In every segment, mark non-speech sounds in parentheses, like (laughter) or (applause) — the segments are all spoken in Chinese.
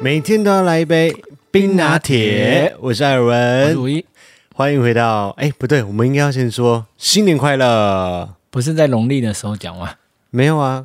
每天都要来一杯冰拿铁。我是艾尔嗯我是文，五一，欢迎回到。哎，不对，我们应该要先说新年快乐。不是在农历的时候讲吗？没有啊，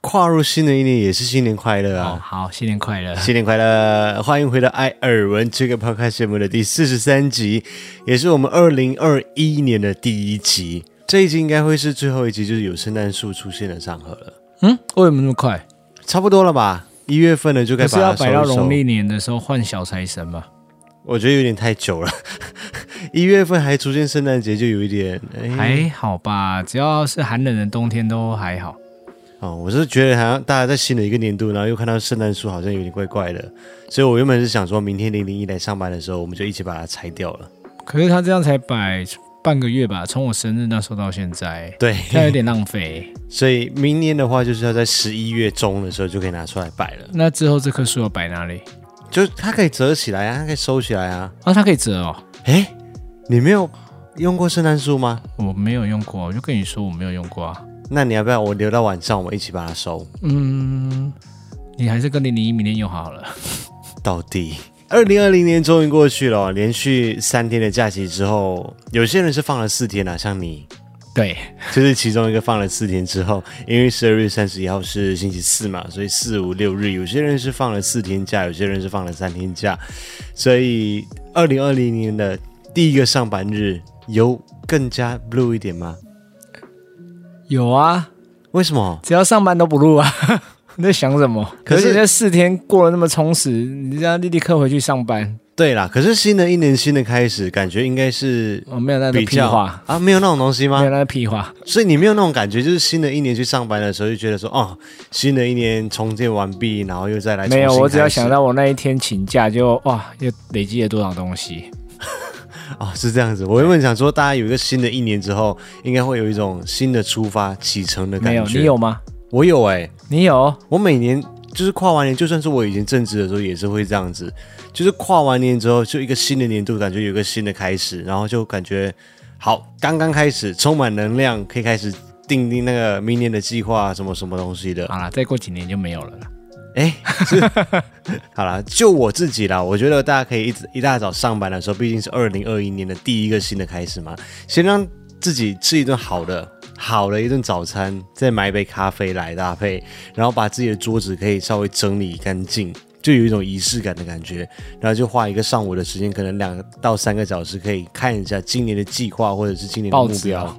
跨入新的一年也是新年快乐哦，啊！好，新年快乐！新年快乐！欢迎回到艾尔文这个 podcast 节目的第四十三集，也是我们二零二一年的第一集。这一集应该会是最后一集，就是有圣诞树出现的场合了，嗯，为什么那么快？差不多了吧？一月份了就该不把是要它收摆到一收农。历年的时候换小财神吗？我觉得有点太久了， (laughs) 一月份还出现圣诞节就有一点，哎、还好吧，只要是寒冷的冬天都还好。哦，我是觉得好像大家在新的一个年度，然后又看到圣诞树，好像有点怪怪的，所以我原本是想说明天零零一来上班的时候，我们就一起把它拆掉了。可是他这样才摆半个月吧，从我生日那时候到现在，对，这样有点浪费。所以明年的话，就是要在十一月中的时候就可以拿出来摆了，那之后这棵树要摆哪里？就是它可以折起来啊，它可以收起来啊。啊，它可以折哦。哎，你没有用过圣诞树吗？我没有用过，我就跟你说我没有用过啊。那你要不要我留到晚上，我们一起把它收？嗯，你还是跟零零一明天用好了。到底。二零二零年终于过去了，连续三天的假期之后，有些人是放了四天啊，像你对，就是其中一个放了四天之后，因为十二月三十一号是星期四嘛，所以四五六日有些人是放了四天假，有些人是放了三天假，所以二零二零年的第一个上班日有更加 blue 一点吗？有啊，为什么？只要上班都不录啊。 (laughs) 你在想什么？可是而且这四天过得那么充实，你这样立刻回去上班，对啦，可是新的一年新的开始，感觉应该是哦我、没有那个比屁较话，啊，没有那种东西吗？没有那个屁话。所以你没有那种感觉，就是新的一年去上班的时候就觉得说，哦，新的一年重建完毕，然后又再来重没新有，我只要开始想到我那一天请假就哇，又累积了多少东西。哦，是这样子。我原本想说，大家有一个新的一年之后，应该会有一种新的出发启程的感没觉。有，你？有吗？我有哎、你有？我每年就是跨完年，就算是我以前正职的时候也是会这样子，就是跨完年之后就一个新的年度，感觉有一个新的开始，然后就感觉好，刚刚开始，充满能量，可以开始定定那个明年的计划，什么什么东西的。好啦，再过几年就没有了啦。 (laughs) 哎，是好啦，就我自己啦，我觉得大家可以一直一大早上班的时候，毕竟是二零二一年的第一个新的开始嘛，先让自己吃一顿好的。好的一顿早餐，再买一杯咖啡来搭配，然后把自己的桌子可以稍微整理干净，就有一种仪式感的感觉。然后就花一个上午的时间，可能两到三个小时，可以看一下今年的计划或者是今年的报目纸标。哦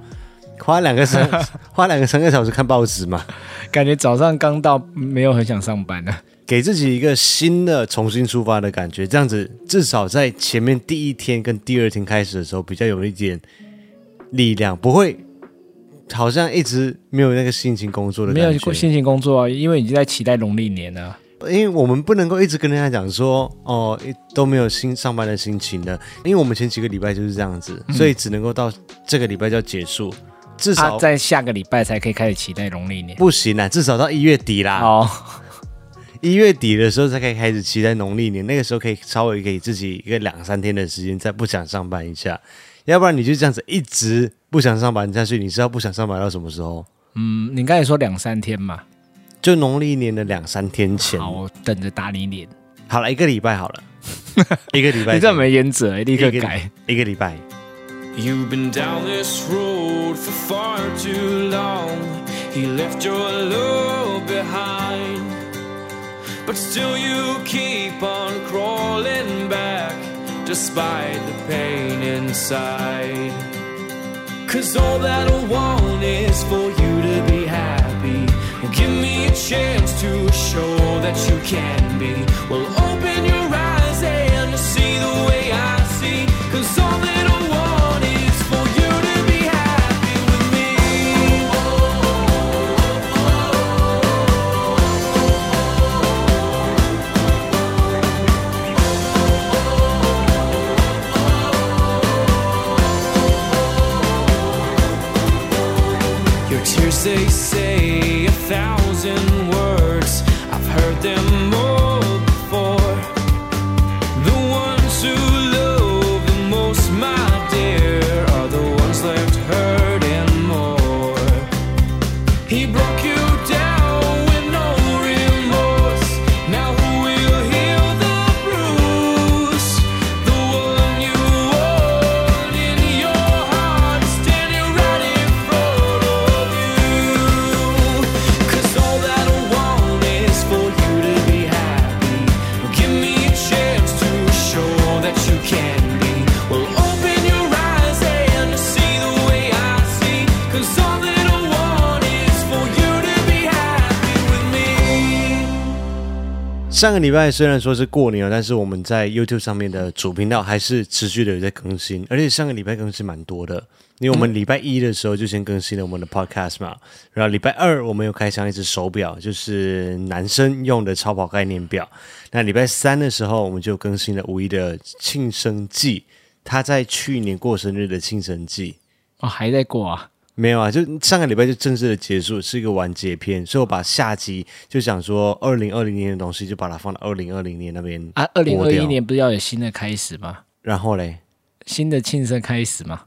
花两个三 (laughs) 花两个三个小时看报纸嘛，感觉早上刚到，没有很想上班啊呢。给自己一个新的重新出发的感觉，这样子至少在前面第一天跟第二天开始的时候比较有一点力量，不会好像一直没有那个心情工作的没有感觉。心情工作啊，因为已经在期待农历年了。因为我们不能够一直跟人家讲说哦都没有新上班的心情了，因为我们前几个礼拜就是这样子，所以只能够到这个礼拜就要结束，至啊，少在下个礼拜才可以开始期待农历年。不行啊啦，至少到一月底啦。哦，一月底的时候才可以开始期待农历年，那个时候可以稍微给自己一个两三天的时间，再不想上班一下，要不然你就这样子一直不想上班下去，你知道不想上班到什么时候？嗯，你刚才说两三天嘛，就农历年的两三天前，好，我等着打你脸。好了，一个礼拜好了，一个礼拜前，你这没原则、立刻一个改。一个礼拜， You've been down this road for far too long. He left your love behind. But still, you keep on crawling back despite the pain inside. Cause all that I want is for you to be happy. Well, give me a chance to show that you can be. Well, open your eyes and you'll see the way I see. Cause all that I want is for you to be happy with me. Your tears, they say a thousand words. I've heard them all before. The ones who love the most, my dear, are the ones left hurting more. He broke you down with no remorse. Now who will heal the 上个礼拜虽然说是过年了，但是我们在 YouTube 上面的主频道还是持续的有在更新，而且上个礼拜更新蛮多的，因为我们礼拜一的时候就先更新了我们的 Podcast 嘛，然后礼拜二我们有开箱一只手表，就是男生用的超跑概念表，那礼拜三的时候我们就更新了五一的庆生季，他在去年过生日的庆生季。哦，还在过啊？没有啊，就上个礼拜就正式的结束，是一个完结篇，所以我把下集就想说二零二零年的东西，就把它放到二零二零年那边啊，二零抹二掉一年不是要有新的开始吗？然后嘞，新的庆生开始吗？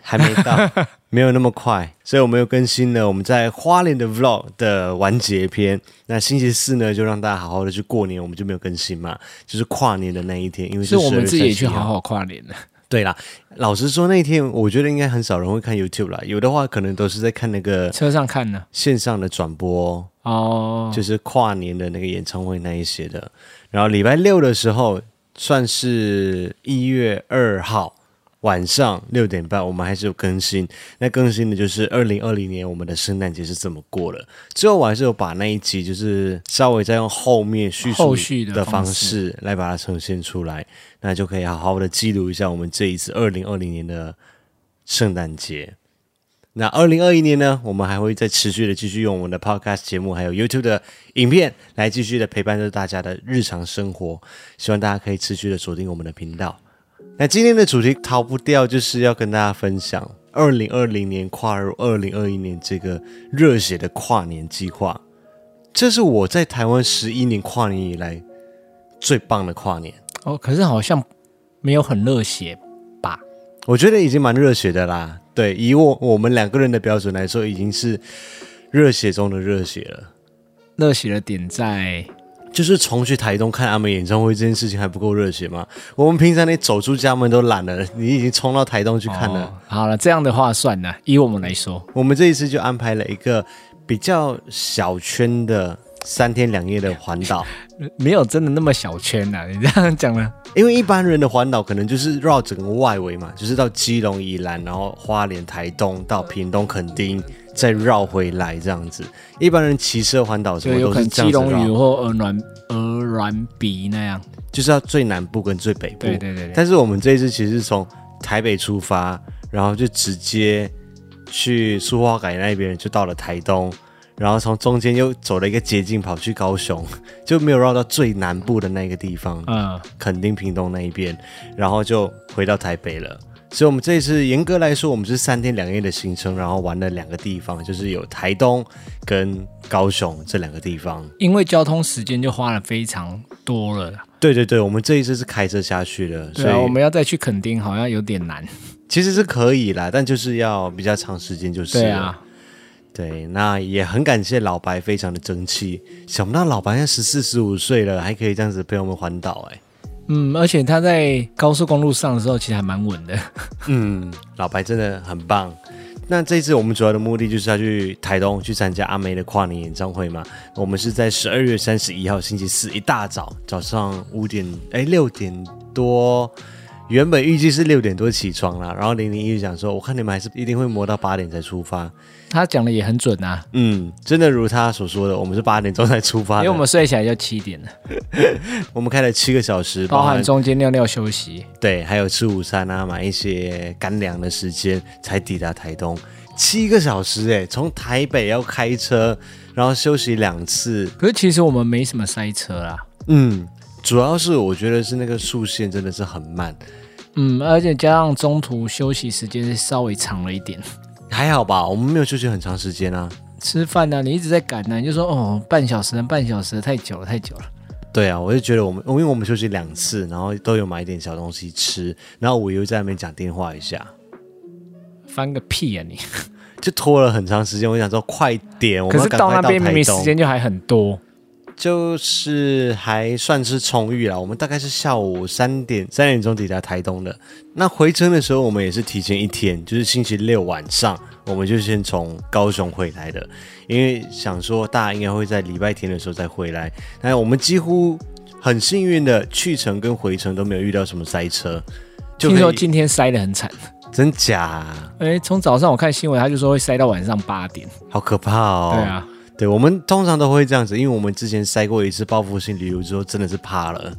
还没到， (laughs) 没有那么快，所以我们又更新了我们在花莲的 vlog 的完结篇。那星期四呢，就让大家好好的去过年，我们就没有更新嘛，就是跨年的那一天，因为是我们12自己也月去31号好好跨年的。对啦，老实说，那一天我觉得应该很少人会看 YouTube 啦，有的话可能都是在看那个车上看呢。线上的转播、哦，就是跨年的那个演唱会那一些的。然后礼拜六的时候，算是一月二号晚上六点半，我们还是有更新。那更新的就是二零二零年我们的圣诞节是怎么过的。最后我还是有把那一集，就是稍微再用后面叙述后续的的方方式式来把它呈现出来，那就可以好好的记录一下我们这一次二零二零年的圣诞节。那二零二一年呢，我们还会再持续的继续用我们的 podcast 节目，还有 YouTube 的影片来继续的陪伴着大家的日常生活。希望大家可以持续的锁定我们的频道。那今天的主题逃不掉，就是要跟大家分享二零二零年跨入二零二一年这个热血的跨年计划。这是我在台湾十一年跨年以来最棒的跨年，哦，可是好像没有很热血吧？我觉得已经蛮热血的啦。对，以我我们两个人的标准来说，已经是热血中的热血了。热血的点在就是从去台东看他们演唱会这件事情还不够热血吗？我们平常连走出家门都懒了，你已经冲到台东去看了。哦好了，这样的话算了。以我们来说，我们这一次就安排了一个比较小圈的三天两夜的环 (laughs) 岛，没有真的那么小圈呐、你这样讲呢？因为一般人的环岛可能就是绕整个外围嘛，就是到基隆、宜兰，然后花莲、台东到屏东、垦丁，再绕回来这样子。一般人骑车环岛什就么有都可是能这基样子啊隆屿绕，或鹅卵鹅卵鼻那样。就是要最南部跟最北部。对对对对，但是我们这一次其实是从台北出发，然后就直接去苏花改那边，就到了台东，然后从中间又走了一个捷径跑去高雄，就没有绕到最南部的那个地方，嗯，垦丁、屏东那一边，然后就回到台北了。所以，我们这一次严格来说，我们是三天两夜的行程，然后玩了两个地方，就是有台东跟高雄这两个地方。因为交通时间就花了非常多了啦。对对对，我们这一次是开车下去的，所对以啊，我们要再去垦丁好像有点难。其实是可以啦，但就是要比较长时间，就是了对啊，对，那也很感谢老白，非常的争气。想不到老白现在十四十五岁了，还可以这样子陪我们环岛、哎，嗯，而且他在高速公路上的时候其实还蛮稳的。 (laughs) 嗯，老白真的很棒。那这次我们主要的目的就是要去台东去参加阿妹的跨年演唱会嘛。我们是在十二月三十一号星期四一大早，早上五点哎六点多，原本预计是六点多起床啦，然后零零一就讲说，我看你们还是一定会磨到八点才出发。他讲的也很准啊，嗯，真的如他所说的，我们是八点钟才出发因的，嗯为我们睡起来就七点了，我们开了七个小时，包包含含中间尿尿休息。对，还有吃午餐啊，买一些干粮的时间才抵达台东，七个小时哎，从台北要开车，然后休息两次，可是其实我们没什么塞车啦，嗯，主要是我觉得是那个速线真的是很慢，嗯，而且加上中途休息时间稍微长了一点， (laughs) 还好吧，我们没有休息很长时间啊。吃饭呢、你一直在赶呢、你就说哦，半小时，半小时，太久了，太久了。对啊，我就觉得我们，因为我们休息两次，然后都有买一点小东西吃，然后我又在那边讲电话一下，翻个屁啊你！就拖了很长时间。我想说快点，我们要可是赶快那边台明明时东间就还很多，就是还算是充裕啦，我们大概是下午三点三点钟抵达台东的。那回程的时候，我们也是提前一天，就是星期六晚上，我们就先从高雄回来的，因为想说大家应该会在礼拜天的时候再回来。那我们几乎很幸运的去程跟回程都没有遇到什么塞车，就听可说以今天塞得很惨。真假啊、哎，从早上我看新闻，他就说会塞到晚上八点。好可怕哦！对啊，对，我们通常都会这样子，因为我们之前塞过一次报复性旅游之后，真的是怕了，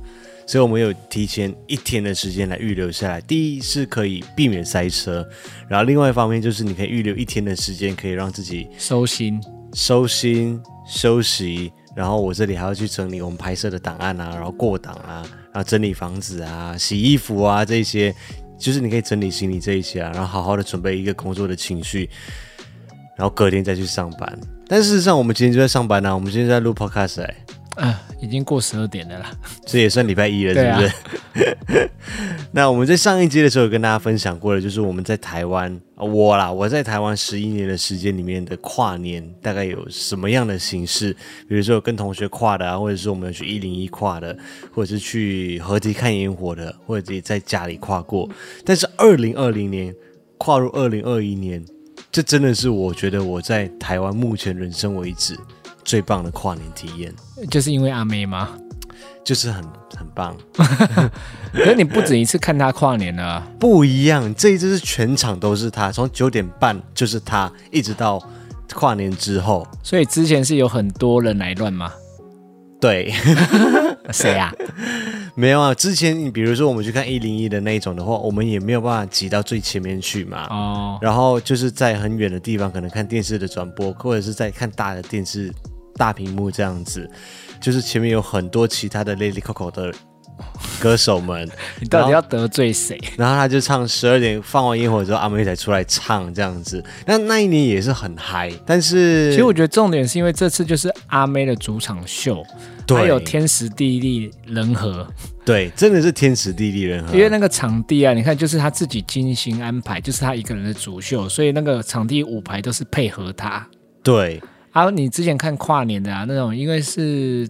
所以我们有提前一天的时间来预留下来。第一是可以避免塞车，然后另外一方面就是你可以预留一天的时间，可以让自己收心。收心休息。然后我这里还要去整理我们拍摄的档案啊，然后过档啊，然后整理房子啊、洗衣服啊这些，就是你可以整理行李这一些啊，然后好好的准备一个工作的情绪，然后隔天再去上班。但事实上，我们今天就在上班啊呢、我们今天就在录 podcast 哎、啊，已经过十二点了啦。 (laughs) 这也算礼拜一了，对是啊不是？ (laughs) 那我们在上一集的时候有跟大家分享过的，就是我们在台湾，呃我啦，我在台湾十一年的时间里面的跨年大概有什么样的形式？比如说有跟同学跨的啊，或者是我们有去一零一跨的，或者是去河堤看烟火的，或者自己在家里跨过。但是二零二零年跨入二零二一年，这真的是我觉得我在台湾目前人生为止最棒的跨年体验，就是因为阿妹吗？就是很很棒。可是你不止一次看她跨年了啊，不一样，这一支是全场都是他，从九点半就是他，一直到跨年之后。所以之前是有很多人来乱吗？对， (laughs) 谁啊？没有啊。之前你比如说我们去看一零一的那一种的话，我们也没有办法挤到最前面去嘛。哦，然后就是在很远的地方，可能看电视的转播，或者是在看大的电视大屏幕这样子，就是前面有很多其他的 Lady Coco 的歌手们， (laughs) 你到底要得罪谁？然后他就唱十二点放完烟火之后，阿妹才出来唱这样子。那那一年也是很嗨，但是其实我觉得重点是因为这次就是阿妹的主场秀，对还有天时地利人和，对，真的是天时地利人和。因为那个场地啊，你看就是他自己精心安排，就是他一个人的主秀，所以那个场地舞排都是配合他。对啊，你之前看跨年的啊那种，因为是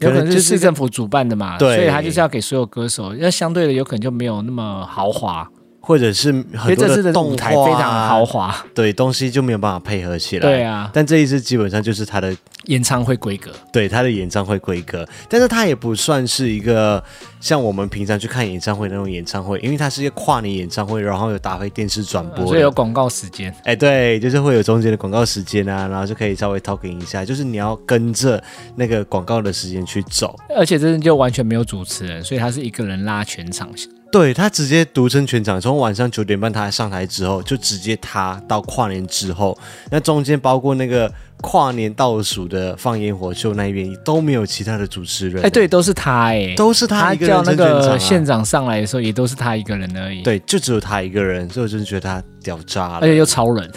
可有能可能就是是一市个政府主办的嘛，对所以他就是要给所有歌手，那相对的有可能就没有那么豪华，或者是因为很多这次的动舞台画非啊常豪，华，对东西就没有办法配合起来。对啊但这一次基本上就是他的演唱会规格。对他的演唱会规格，但是他也不算是一个像我们平常去看演唱会那种演唱会，因为它是一个跨年演唱会，然后有搭配电视转播的、嗯所以有广告时间，哎，对，就是会有中间的广告时间啊，然后就可以稍微 talking 一下，就是你要跟着那个广告的时间去走。而且这次就完全没有主持人，所以他是一个人拉全场。对他直接独撑全场，从晚上九点半他上台之后，就直接他到跨年之后，那中间包括那个跨年倒数的放烟火秀那一边都没有其他的主持人，哎，，对，都是他哎、都是他他一个叫人那撑全场、个啊。县长上来的时候，也都是他一个人而已。，对，就只有他一个人，所以我真的觉得他屌炸了。而且又超人，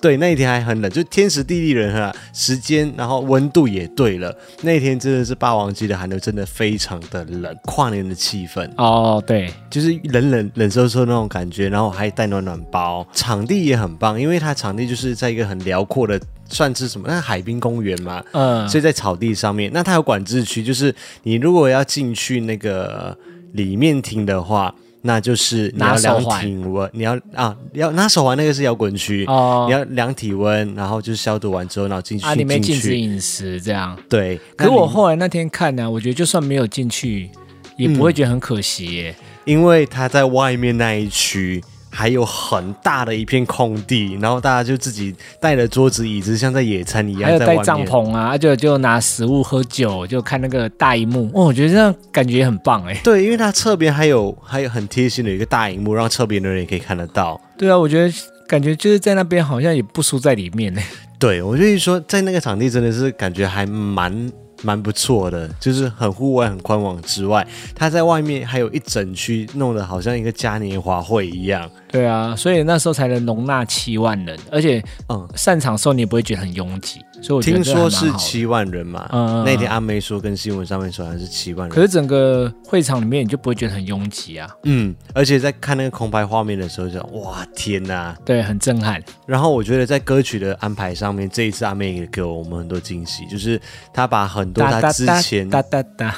对，那一天还很冷，就天时地利人和、啊，时间，然后温度也对了。那一天真的是霸王级的寒流，真的非常的冷，跨年的气氛。哦，对，就是冷冷冷飕飕那种感觉，然后还带暖暖包，场地也很棒，因为它场地就是在一个很辽阔的，算是什么？那海滨公园嘛，嗯，所以在草地上面。那它有管制区，就是你如果要进去那个里面听的话，那就是你要拿手量环体温，你要啊要拿手环那个是摇滚区，哦你，要量体温，然后就是消毒完之后，然后进去、啊，里面禁进止去。饮食这样。对，可是那我里后来那天看呢、我觉得就算没有进去，也不会觉得很可惜耶。因为他在外面那一区还有很大的一片空地，然后大家就自己带了桌子椅子，像在野餐一还样有在外带面。帐篷啊，啊就就拿食物喝酒，就看那个大荧幕。哦，我觉得这样感觉很棒哎。对，因为它侧边还有还有很贴心的一个大荧幕，让侧边的人也可以看得到。对啊，我觉得感觉就是在那边好像也不输在里面哎。对我就是说，在那个场地真的是感觉还蛮蛮不错的，就是很户外、很宽广之外，它在外面还有一整区弄得好像一个嘉年华会一样。 (laughs) 对啊，所以那时候才能容纳七万人，而且嗯，散场的时候你也不会觉得很拥挤。所以我觉得听这还说蛮是好的。七万人嘛，嗯嗯嗯那天阿妹说跟新闻上面说好像是七万人，可是整个会场里面你就不会觉得很拥挤啊，嗯，而且在看那个空白画面的时候就，哇天哪！对，很震撼。然后我觉得在歌曲的安排上面，这一次阿妹也给我们很多惊喜，就是她把很多她之前哒哒哒，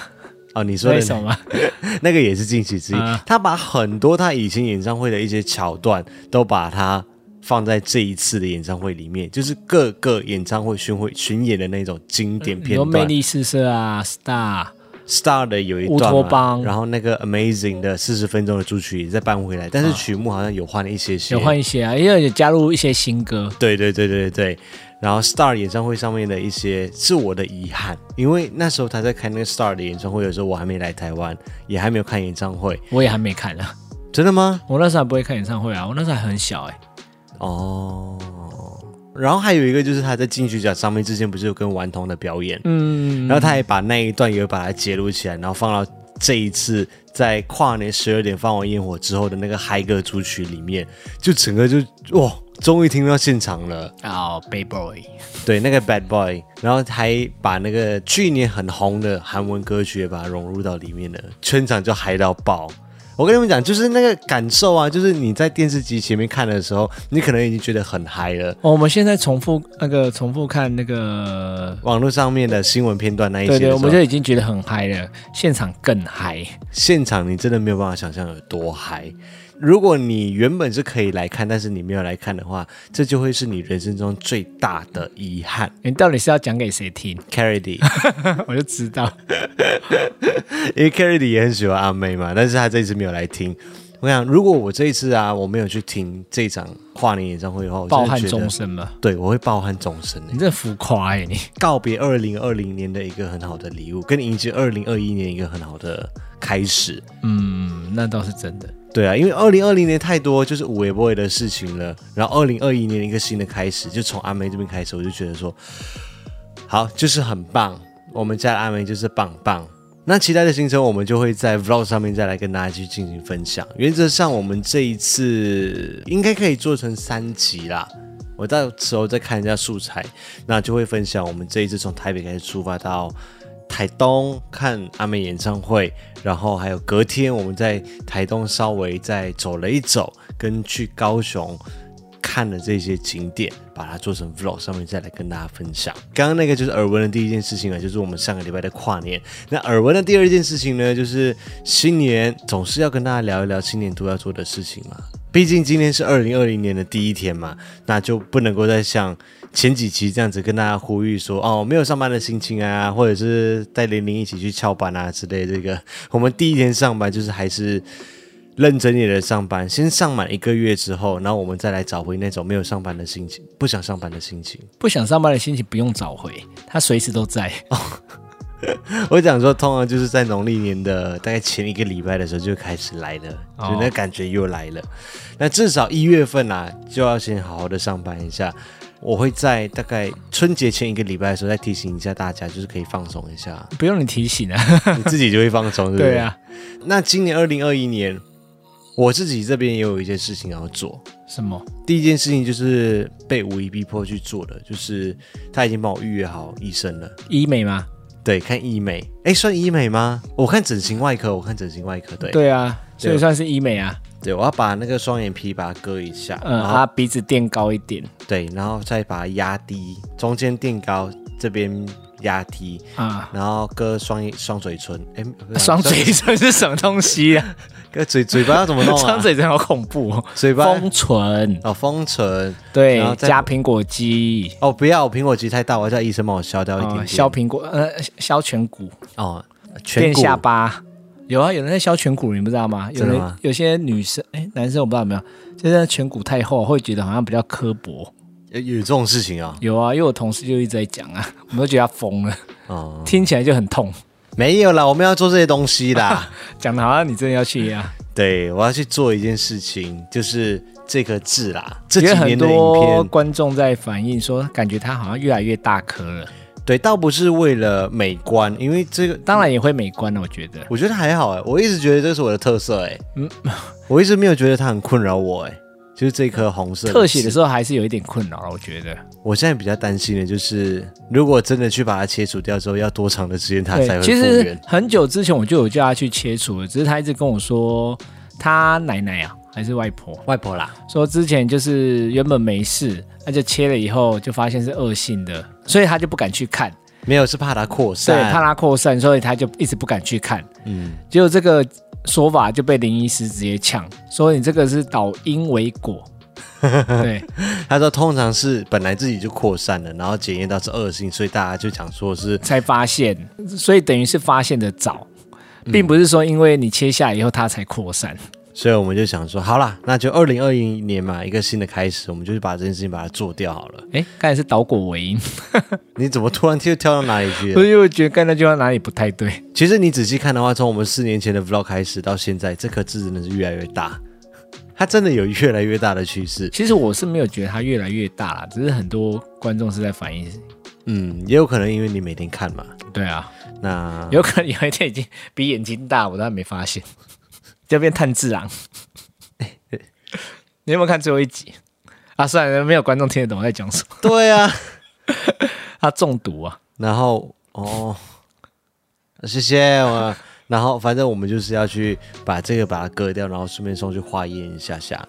哦，你说为的什么？ (laughs) 那那个也是惊喜之一啊，她把很多她以前演唱会的一些桥段都把它放在这一次的演唱会里面，就是各个演唱会巡回巡演的那种经典很片嗯多魅段。力四射啊，Star Star 的有一段乌托嘛邦，然后那个 Amazing 的四十分钟的主曲也再搬回来，但是曲目好像有换了一些些，啊有换一些啊，因为有加入一些新歌。对对对对对。然后 Star 演唱会上面的一些是我的遗憾，因为那时候他在开那个 Star 的演唱会的时候，我还没来台湾，也还没有看演唱会。我也还没看啊，真的吗？我那时候还不会看演唱会啊，我那时候还很小哎、哦。然后还有一个就是他在金曲奖上面之前不是有跟顽童的表演，嗯，然后他也把那一段也把它截录起来，然后放到这一次在跨年十二点放完烟火之后的那个嗨歌主曲里面，就整个就哇，终于听到现场了。哦，Bay Boy，对，那个 Bad Boy，然后还把那个去年很红的韩文歌曲也把它融入到里面了，全场就嗨到爆。我跟你们讲，就是那个感受啊，就是你在电视机前面看的时候，你可能已经觉得很嗨了。哦，我们现在重复那个重复看那个，网络上面的新闻片段那一些对的时对，候，我们就已经觉得很嗨了，现场更嗨。现场你真的没有办法想象有多嗨。如果你原本是可以来看，但是你没有来看的话，这就会是你人生中最大的遗憾。你到底是要讲给谁听？ (laughs) Carity，我就知道，因为 Carity 也很喜欢阿妹嘛，但是她这一次没有来听。我想，如果我这一次啊，我没有去听这场跨年演唱会的话，我抱真的憾觉得终，身嘛。对我会抱憾终身、欸你。这浮夸哎、你告别二零二零年的一个很好的礼物，跟迎接二零二一年一个很好的开始。嗯，那倒是真的。对啊，因为二零二零年太多就是五维 boy 的事情了，然后二零二一年一个新的开始，就从阿梅这边开始，我就觉得说，好，就是很棒，我们家的阿梅就是棒棒。那其他的行程我们就会在 vlog 上面再来跟大家去进行分享。原则上，我们这一次应该可以做成三集啦。我到时候再看一下素材，那就会分享我们这一次从台北开始出发到台东看阿妹演唱会，然后还有隔天我们在台东稍微再走了一走，跟去高雄看了这些景点，把它做成 vlog 上面再来跟大家分享。刚刚那个就是耳闻的第一件事情啊，就是我们上个礼拜的跨年。那耳闻的第二件事情呢，就是新年总是要跟大家聊一聊新年都要做的事情嘛。毕竟今天是二零二零年的第一天嘛，那就不能够再像前几期这样子跟大家呼吁说哦，没有上班的心情啊，或者是带玲玲一起去翘班啊之类的。这个我们第一天上班就是还是认真一点的上班，先上满一个月之后，然后我们再来找回那种没有上班的心情，不想上班的心情。不想上班的心情不用找回，他随时都在。哦我讲说，通常就是在农历年的大概前一个礼拜的时候就开始来了，哦就那感觉又来了。那至少一月份啊，就要先好好的上班一下。我会在大概春节前一个礼拜的时候再提醒一下大家，就是可以放松一 (laughs) 下，不用你提醒啊。你自己就会放松，对不对？对啊，那今年二零二一年，我自己这边也有一件事情要做。什么？第一件事情就是被五一逼迫去做的，就是他已经帮我预约好医生了。医美吗？对，看医美，哎，算医美吗？我看整形外科，我看整形外科，对，对啊，所以算是医美啊。对，我要把那个双眼皮把它割一下，嗯，然后把鼻子垫高一点对，然后再把它压低，中间垫高，这边压低，啊。然后割双眼双嘴唇，哎，不是双嘴唇是什么东西啊？ (laughs) 割嘴嘴巴要怎么弄啊？ (laughs) 双嘴唇好恐怖哦。嘴巴丰唇，哦，封唇，对然后，再加苹果肌，哦，不要，我苹果肌太大，我要叫医生帮我削掉一点哦点，削苹果，呃，削颧骨，哦，颧垫骨下巴。有啊，有人在削颧骨，你不知道吗？有真的人吗有些女生，哎，男生我不知道有没有，就是颧骨太厚，会觉得好像比较刻薄。有有这种事情啊、有啊，因为我同事就一直在讲啊，我们都觉得他疯了，哦，听起来就很痛，没有啦，我们要做这些东西 (laughs) 啦。讲的好像你真的要去一啊样。对，我要去做一件事情，就是这个痣啦。这因几为很年的影多片，观众在反映说，感觉他好像越来越大颗了。对，倒不是为了美观，因为这个当然也会美观啊的，我觉得。我觉得还好哎、我一直觉得这是我的特色哎、嗯嗯，我一直没有觉得它很困扰我哎、就是这颗红色特写的痣时候还是有一点困扰了，我觉得。我现在比较担心的就是，如果真的去把它切除掉之后，要多长的时间它才对，会其复实原？很久之前我就有叫他去切除了，只是他一直跟我说，他奶奶啊还是外婆外婆啦，说之前就是原本没事，那就切了以后就发现是恶性的，所以他就不敢去看。没有是怕它扩对，散，怕他扩散，所以他就一直不敢去看。嗯，结 (laughs) 果这个说法就被林医师直接呛，说你这个是导因为果，对，他说通常是本来自己就扩散了，然后检验到是恶性，所以大家就讲说是才发现，所以等于是发现的早，嗯并不是说因为你切下来以后它才扩散。所以我们就想说，好啦，那就二零二一年嘛，一个新的开始，我们就去把这件事情把它做掉好了。哎、刚才是倒果 (laughs) 为因，你怎么突然跳跳到哪里去所 (laughs) 了？以我觉得刚才那句话哪里不太对。其实你仔细看的话，从我们四年前的 vlog 开始到现在，这颗痣真的是越来越大，它真的有越来越大的趋势。其实我是没有觉得它越来越大啦，只是很多观众是在反映，嗯，也有可能因为你每天看嘛。对啊，那有可能有一天已经比眼睛大，我都还没发现， (laughs) 就变炭治郎。 (laughs) 你有没有看最后一集？啊，算了，没有观众听得懂我在讲什么。对啊，他中毒啊，然后哦， (laughs) 谢谢我。然后反正我们就是要去把这个把它割掉，然后顺便送去化验一下下。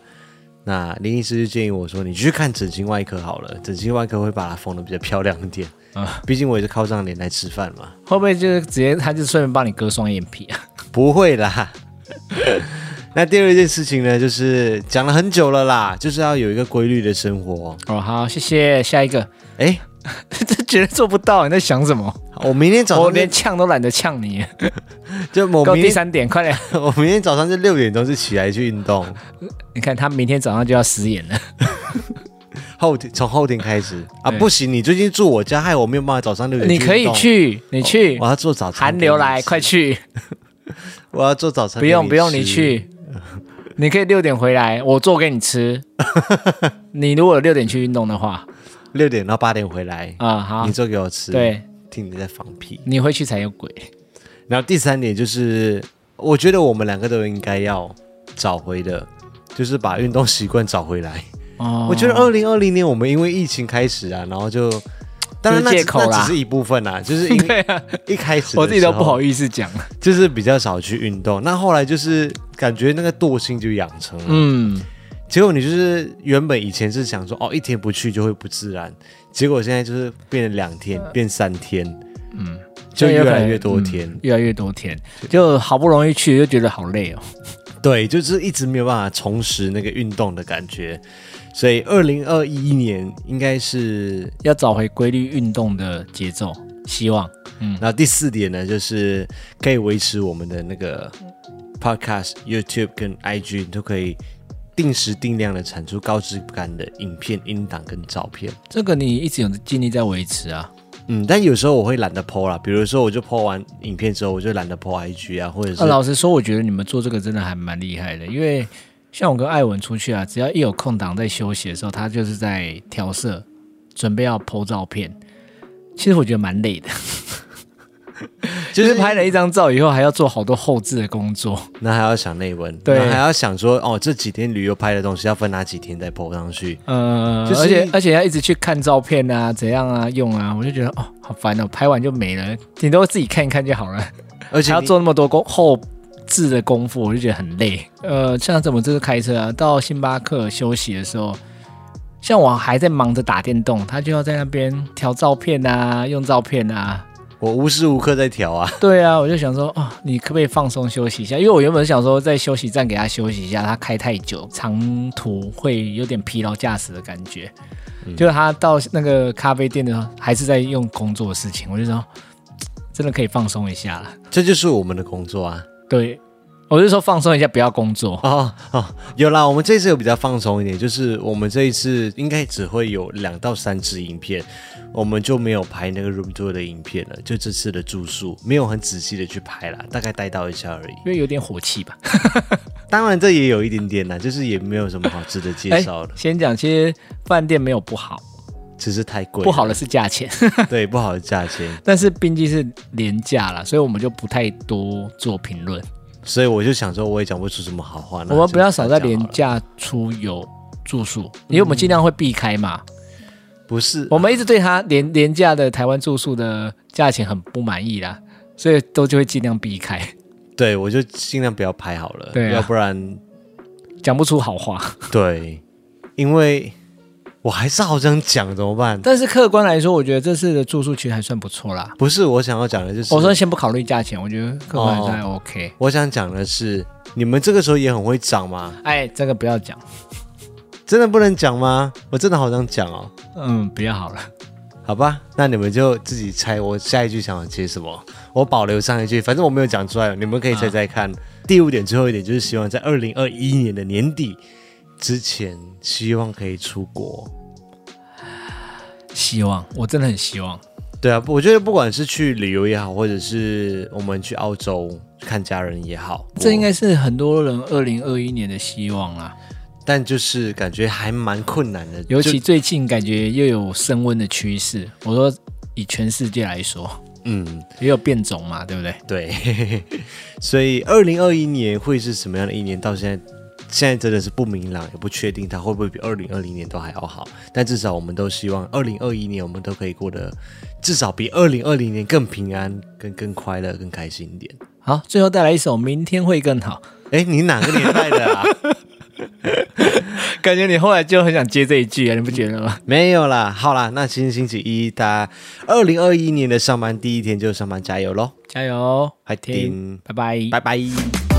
那林医师就建议我说，你去看整形外科好了， (laughs) 整形外科会把它缝的比较漂亮一点。啊啊， (laughs) 毕竟我也是靠上脸来吃饭嘛。会不会就是直接他就顺便帮你割双眼皮啊？不会啦。 (laughs) 那第二件事情呢，就是讲了很久了啦，就是要有一个规律的生活。哦，好，谢谢，下一个。哎，这绝对做不到，你在想什么？我明天早我上连就呛都懒得呛你。就哦我够明第天三点，快点！ (laughs) 我明天早上就六点钟就起来去运动，你看他明天早上就要食言了。后天从后天开 (laughs) 始啊，对不行，你最近住我家，害我没有办法早上六点。你可以，去，你去我，要做早餐。寒流来，快！去！我要做早餐。不用不用，你。去，你可以六点回来，我做给 (laughs) 你吃。你如果六点去运动的话，六点到八点回来，啊、好你，做给我吃。对，听你在放屁。你回去才有鬼。然后第三点就是，我觉得我们两个都应该要找回的，就是把运动习惯找回来。哦，我觉得二零二零年我们因为疫情开始啊，然后就，当然那就是借口啦那只是一部分啦、就是因 (laughs) (laughs) 对啊，一开始我自己都不好意意思讲。思，就是比较少去运动。那后来就是感觉那个惰性就养成了，嗯，结果你就是原本以前是想说哦一天不去就会不自然，结果现在就是变成两天，变三天，嗯，就越来越多天。嗯越来越多天，就好不容易去，就觉得好累哦。对，就是一直没有办法重拾那个运动的感觉，所以二零二一年应该是。要找回规律运动的节奏，希望。然后第四点呢，就是可以维持我们的那个 podcast、YouTube 跟 IG 都可以定时定量的产出高质感的影片、音档跟照片。这个你一直有尽力在维持啊。嗯，但有时候我会懒得 po 啦，比如说我就 po 完影片之后，我就懒得 po IG 啊，或者是啊，老实说，我觉得你们做这个真的还蛮厉害的，因为像我跟艾文出去啊，只要一有空档在休息的时候，他就是在调色，准备要 PO 照片。其实我觉得蛮累的，就是拍了一张照以后，还要做好多后置的工作。那还要想内文，对然后还要想说哦，这几天旅游拍的东西要分哪几天再 po 上去。呃，就是而且而且要一直去看照片啊，怎样啊，用啊，我就觉得哦，好烦哦，拍完就没了，顶多自己看一看就好了。而且还要你做那么多功后置的功夫，我就觉得很累。呃，像怎么这次开车啊，到星巴克休息的时候，像我还在忙着打电动，他就要在那边调照片啊，用照片啊。我无时无刻在调啊，对啊，我就想说，哦，你可不可以放松休息一下？因为我原本想说在休息站给他休息一下，他开太久，长途会有点疲劳驾驶的感觉。就是他到那个咖啡店的时候，还是在用工作的事情，我就说，真的可以放松一下了。这就是我们的工作啊。对，我是说放松一下，不要工作。哦哦，有啦，我们这一次有比较放松一点，就是我们这一次应该只会有两到三支影片，我们就没有拍那个 room tour 的影片了，就这次的住宿没有很仔细的去拍啦，大概带到一下而已。因为有点火气吧。 (laughs) 当然这也有一点点啦，就是也没有什么好值得哎介绍的，先讲，其实饭店没有不好，只是太贵，不好的是价钱，对不好的价钱，但是毕竟是廉价啦，所以我们就不太多做评论。所以我就想说我也讲不出什么好话。那我们就不要少在这样廉好了，嗯价出游住宿，因为我们尽量会避开嘛。不是我们一直对它廉廉价的台湾住宿的价钱很不满意啦，所以都就会尽量避开，对，我就尽量不要拍好了，对啊要不然讲不出好嗯话。对，因为我还是好想讲，怎么办？但是客观来说，我觉得这次的住宿其实还算不错啦。不是我想要讲的，就是我说先不考虑价钱，我觉得客观来说还哦 OK。我想讲的是，你们这个时候也很会涨吗？哎，这个不要讲，真的不能讲吗？我真的好想讲哦。嗯，不要好了。好吧，那你们就自己猜我下一句想要接什么。我保留上一句，反正我没有讲出来，你们可以猜啊猜看。第五点，最后一点就是希望在二零二一年的年底之前，希望可以出国。希望，我真的很希望。对啊，我觉得不管是去旅游也好，或者是我们去澳洲看家人也好，这应该是很多人二零二一年的希望啦。但就是感觉还蛮困难的，尤其就最近感觉又有升温的趋势。我说以全世界来说，嗯，也有变种嘛，对不对？ (laughs) 对，所以二零二一年会是什么样的一年？到现在，现在真的是不明朗，也不确定它会不会比二零二零年都还要好。但至少我们都希望二零二一年我们都可以过得至少比二零二零年更平安、更更快乐、更开心一点。好，最后带来一首《明天会更好哎，你哪个年代的啊？》，感觉你后来就很想接这一句啊，你不觉得吗？没有啦，好啦，那今天星期一，大家二零二一年的上班第一天就上班加油喽，加油，还听听，拜拜拜，拜。